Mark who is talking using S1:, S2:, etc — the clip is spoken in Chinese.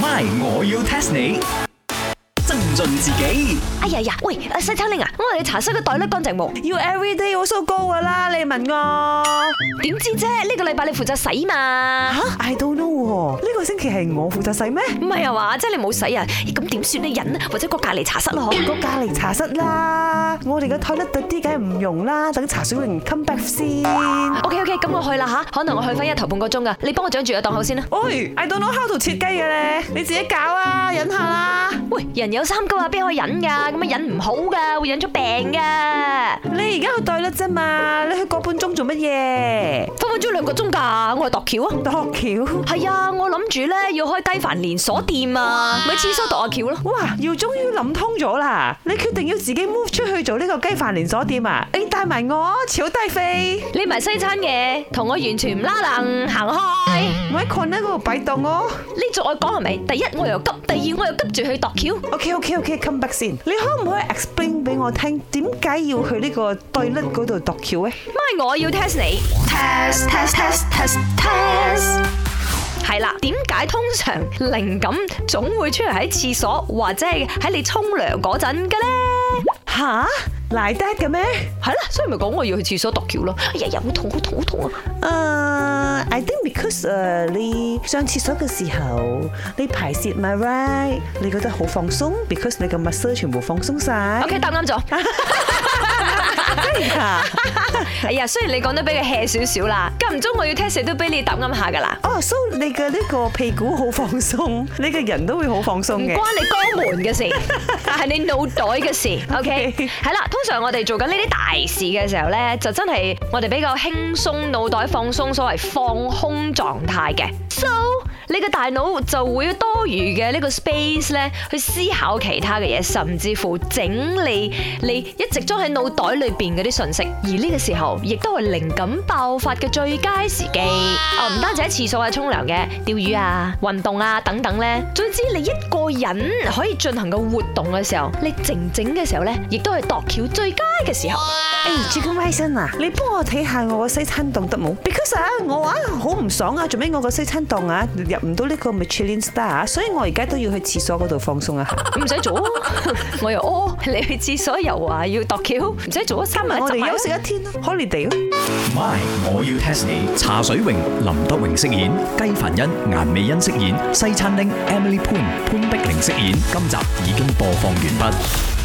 S1: My，我要 test 你。增進自己，
S2: 哎呀呀，喂，阿西餐令啊，我哋茶室嘅袋甩乾淨冇？
S3: 要 every day also go 噶啦，你問我
S2: 點知啫？呢個禮拜你負責洗嘛？
S3: 吓？I don't know 喎，呢個星期係我負責洗咩？
S2: 唔係啊嘛，即係你冇洗啊？咁點算呢？忍啊，或者過隔離茶室咯。
S3: 個隔離茶室啦，我哋嘅 toilet 特啲梗係唔用啦，等茶水榮 come back 先。
S2: OK OK，咁我去啦吓，可能我去翻一頭半個鐘噶，啊你幫我掌住個檔口先啦。
S3: 喂，I don't know how to 設計嘅咧，你自己搞啊，忍下啦。
S2: 喂，人有三高啊，邊可以忍噶？咁啊忍唔好噶，會忍出病噶。
S3: 你而家去袋甩啫嘛，你去個半鐘做乜嘢？
S2: 分分鐘兩個鐘㗎，我係度橋啊。
S3: 度橋。
S2: 係啊，我諗住咧要開雞飯連鎖店啊，咪廁所度下橋咯。
S3: 哇！耀終於諗通咗啦，你決定要自己 move 出去做呢個雞飯連鎖店啊！你帶埋我，超低飛，
S2: 你埋西餐嘅，同我完全唔拉楞，行開。
S3: 我喺 corner 嗰度擺檔我。
S2: 呢再講係咪？第一我又急，第二我又急住去度橋。
S3: OK OK OK，come back 先。你可唔可以 explain 俾我聽點解要去呢個對甩嗰度度橋咧？
S2: 咪我要 test 你，test test test test test。係啦，點解通常靈感總會出嚟喺廁所或者係喺你沖涼嗰陣嘅咧？
S3: 吓？賴得嘅咩？
S2: 係啦，所以咪講我要去廁所度橋咯。哎呀呀，好痛好痛好痛啊！
S3: 誒、i Uh, think because 誒、你上廁所嘅時候，你排泄 my right，你覺得好放鬆，because 你嘅 muscle 全部放鬆晒。
S2: OK，答啱咗。 哎呀，雖然你講得比佢 hea 少少啦，間唔中我要 test 你都俾你答啱下噶啦。
S3: 哦，so 你嘅呢個屁股好放鬆，你嘅人都會好放鬆
S2: 唔
S3: 嘅。
S2: 關你肛門嘅事，係你腦袋嘅事。OK，
S3: Okay
S2: 係啦，通常我哋做緊呢啲大事嘅時候呢，就真係我哋比較輕鬆，腦袋放鬆，所謂放空狀態嘅。So 你嘅大腦就會有多餘嘅呢個 space 呢，去思考其他嘅嘢，甚至乎 整理你一直裝喺腦袋裏邊嗰啲信息。而呢個時候，亦都係靈感爆發嘅最佳時機。哦，唔單止喺廁所啊、沖涼嘅、釣魚啊、運動啊等等呢。總之你一個人可以進行嘅活動嘅時候，你靜靜嘅時候呢，亦都係度橋最佳嘅時候。
S3: 誒，Chicken Rice 啊，你幫我睇下我個西餐檔得冇？Because 啊，我啊好唔爽啊，做咩我個西餐檔啊入唔到呢個 Michelin Star 啊，所以我而家都要去廁所嗰度放鬆啊。
S2: 唔使做啊，我又屙，你去廁所又話要度橋，唔使做啊，三日
S3: 我
S2: 就
S3: 哋
S2: 埋啦
S3: 休息一天咯，holiday 咯。
S1: My，我要 test 你。茶水榮、林德榮飾演，雞凡欣、顏美欣飾演，西餐廳 Emily Poon 潘碧玲飾演。今集已經播放完畢。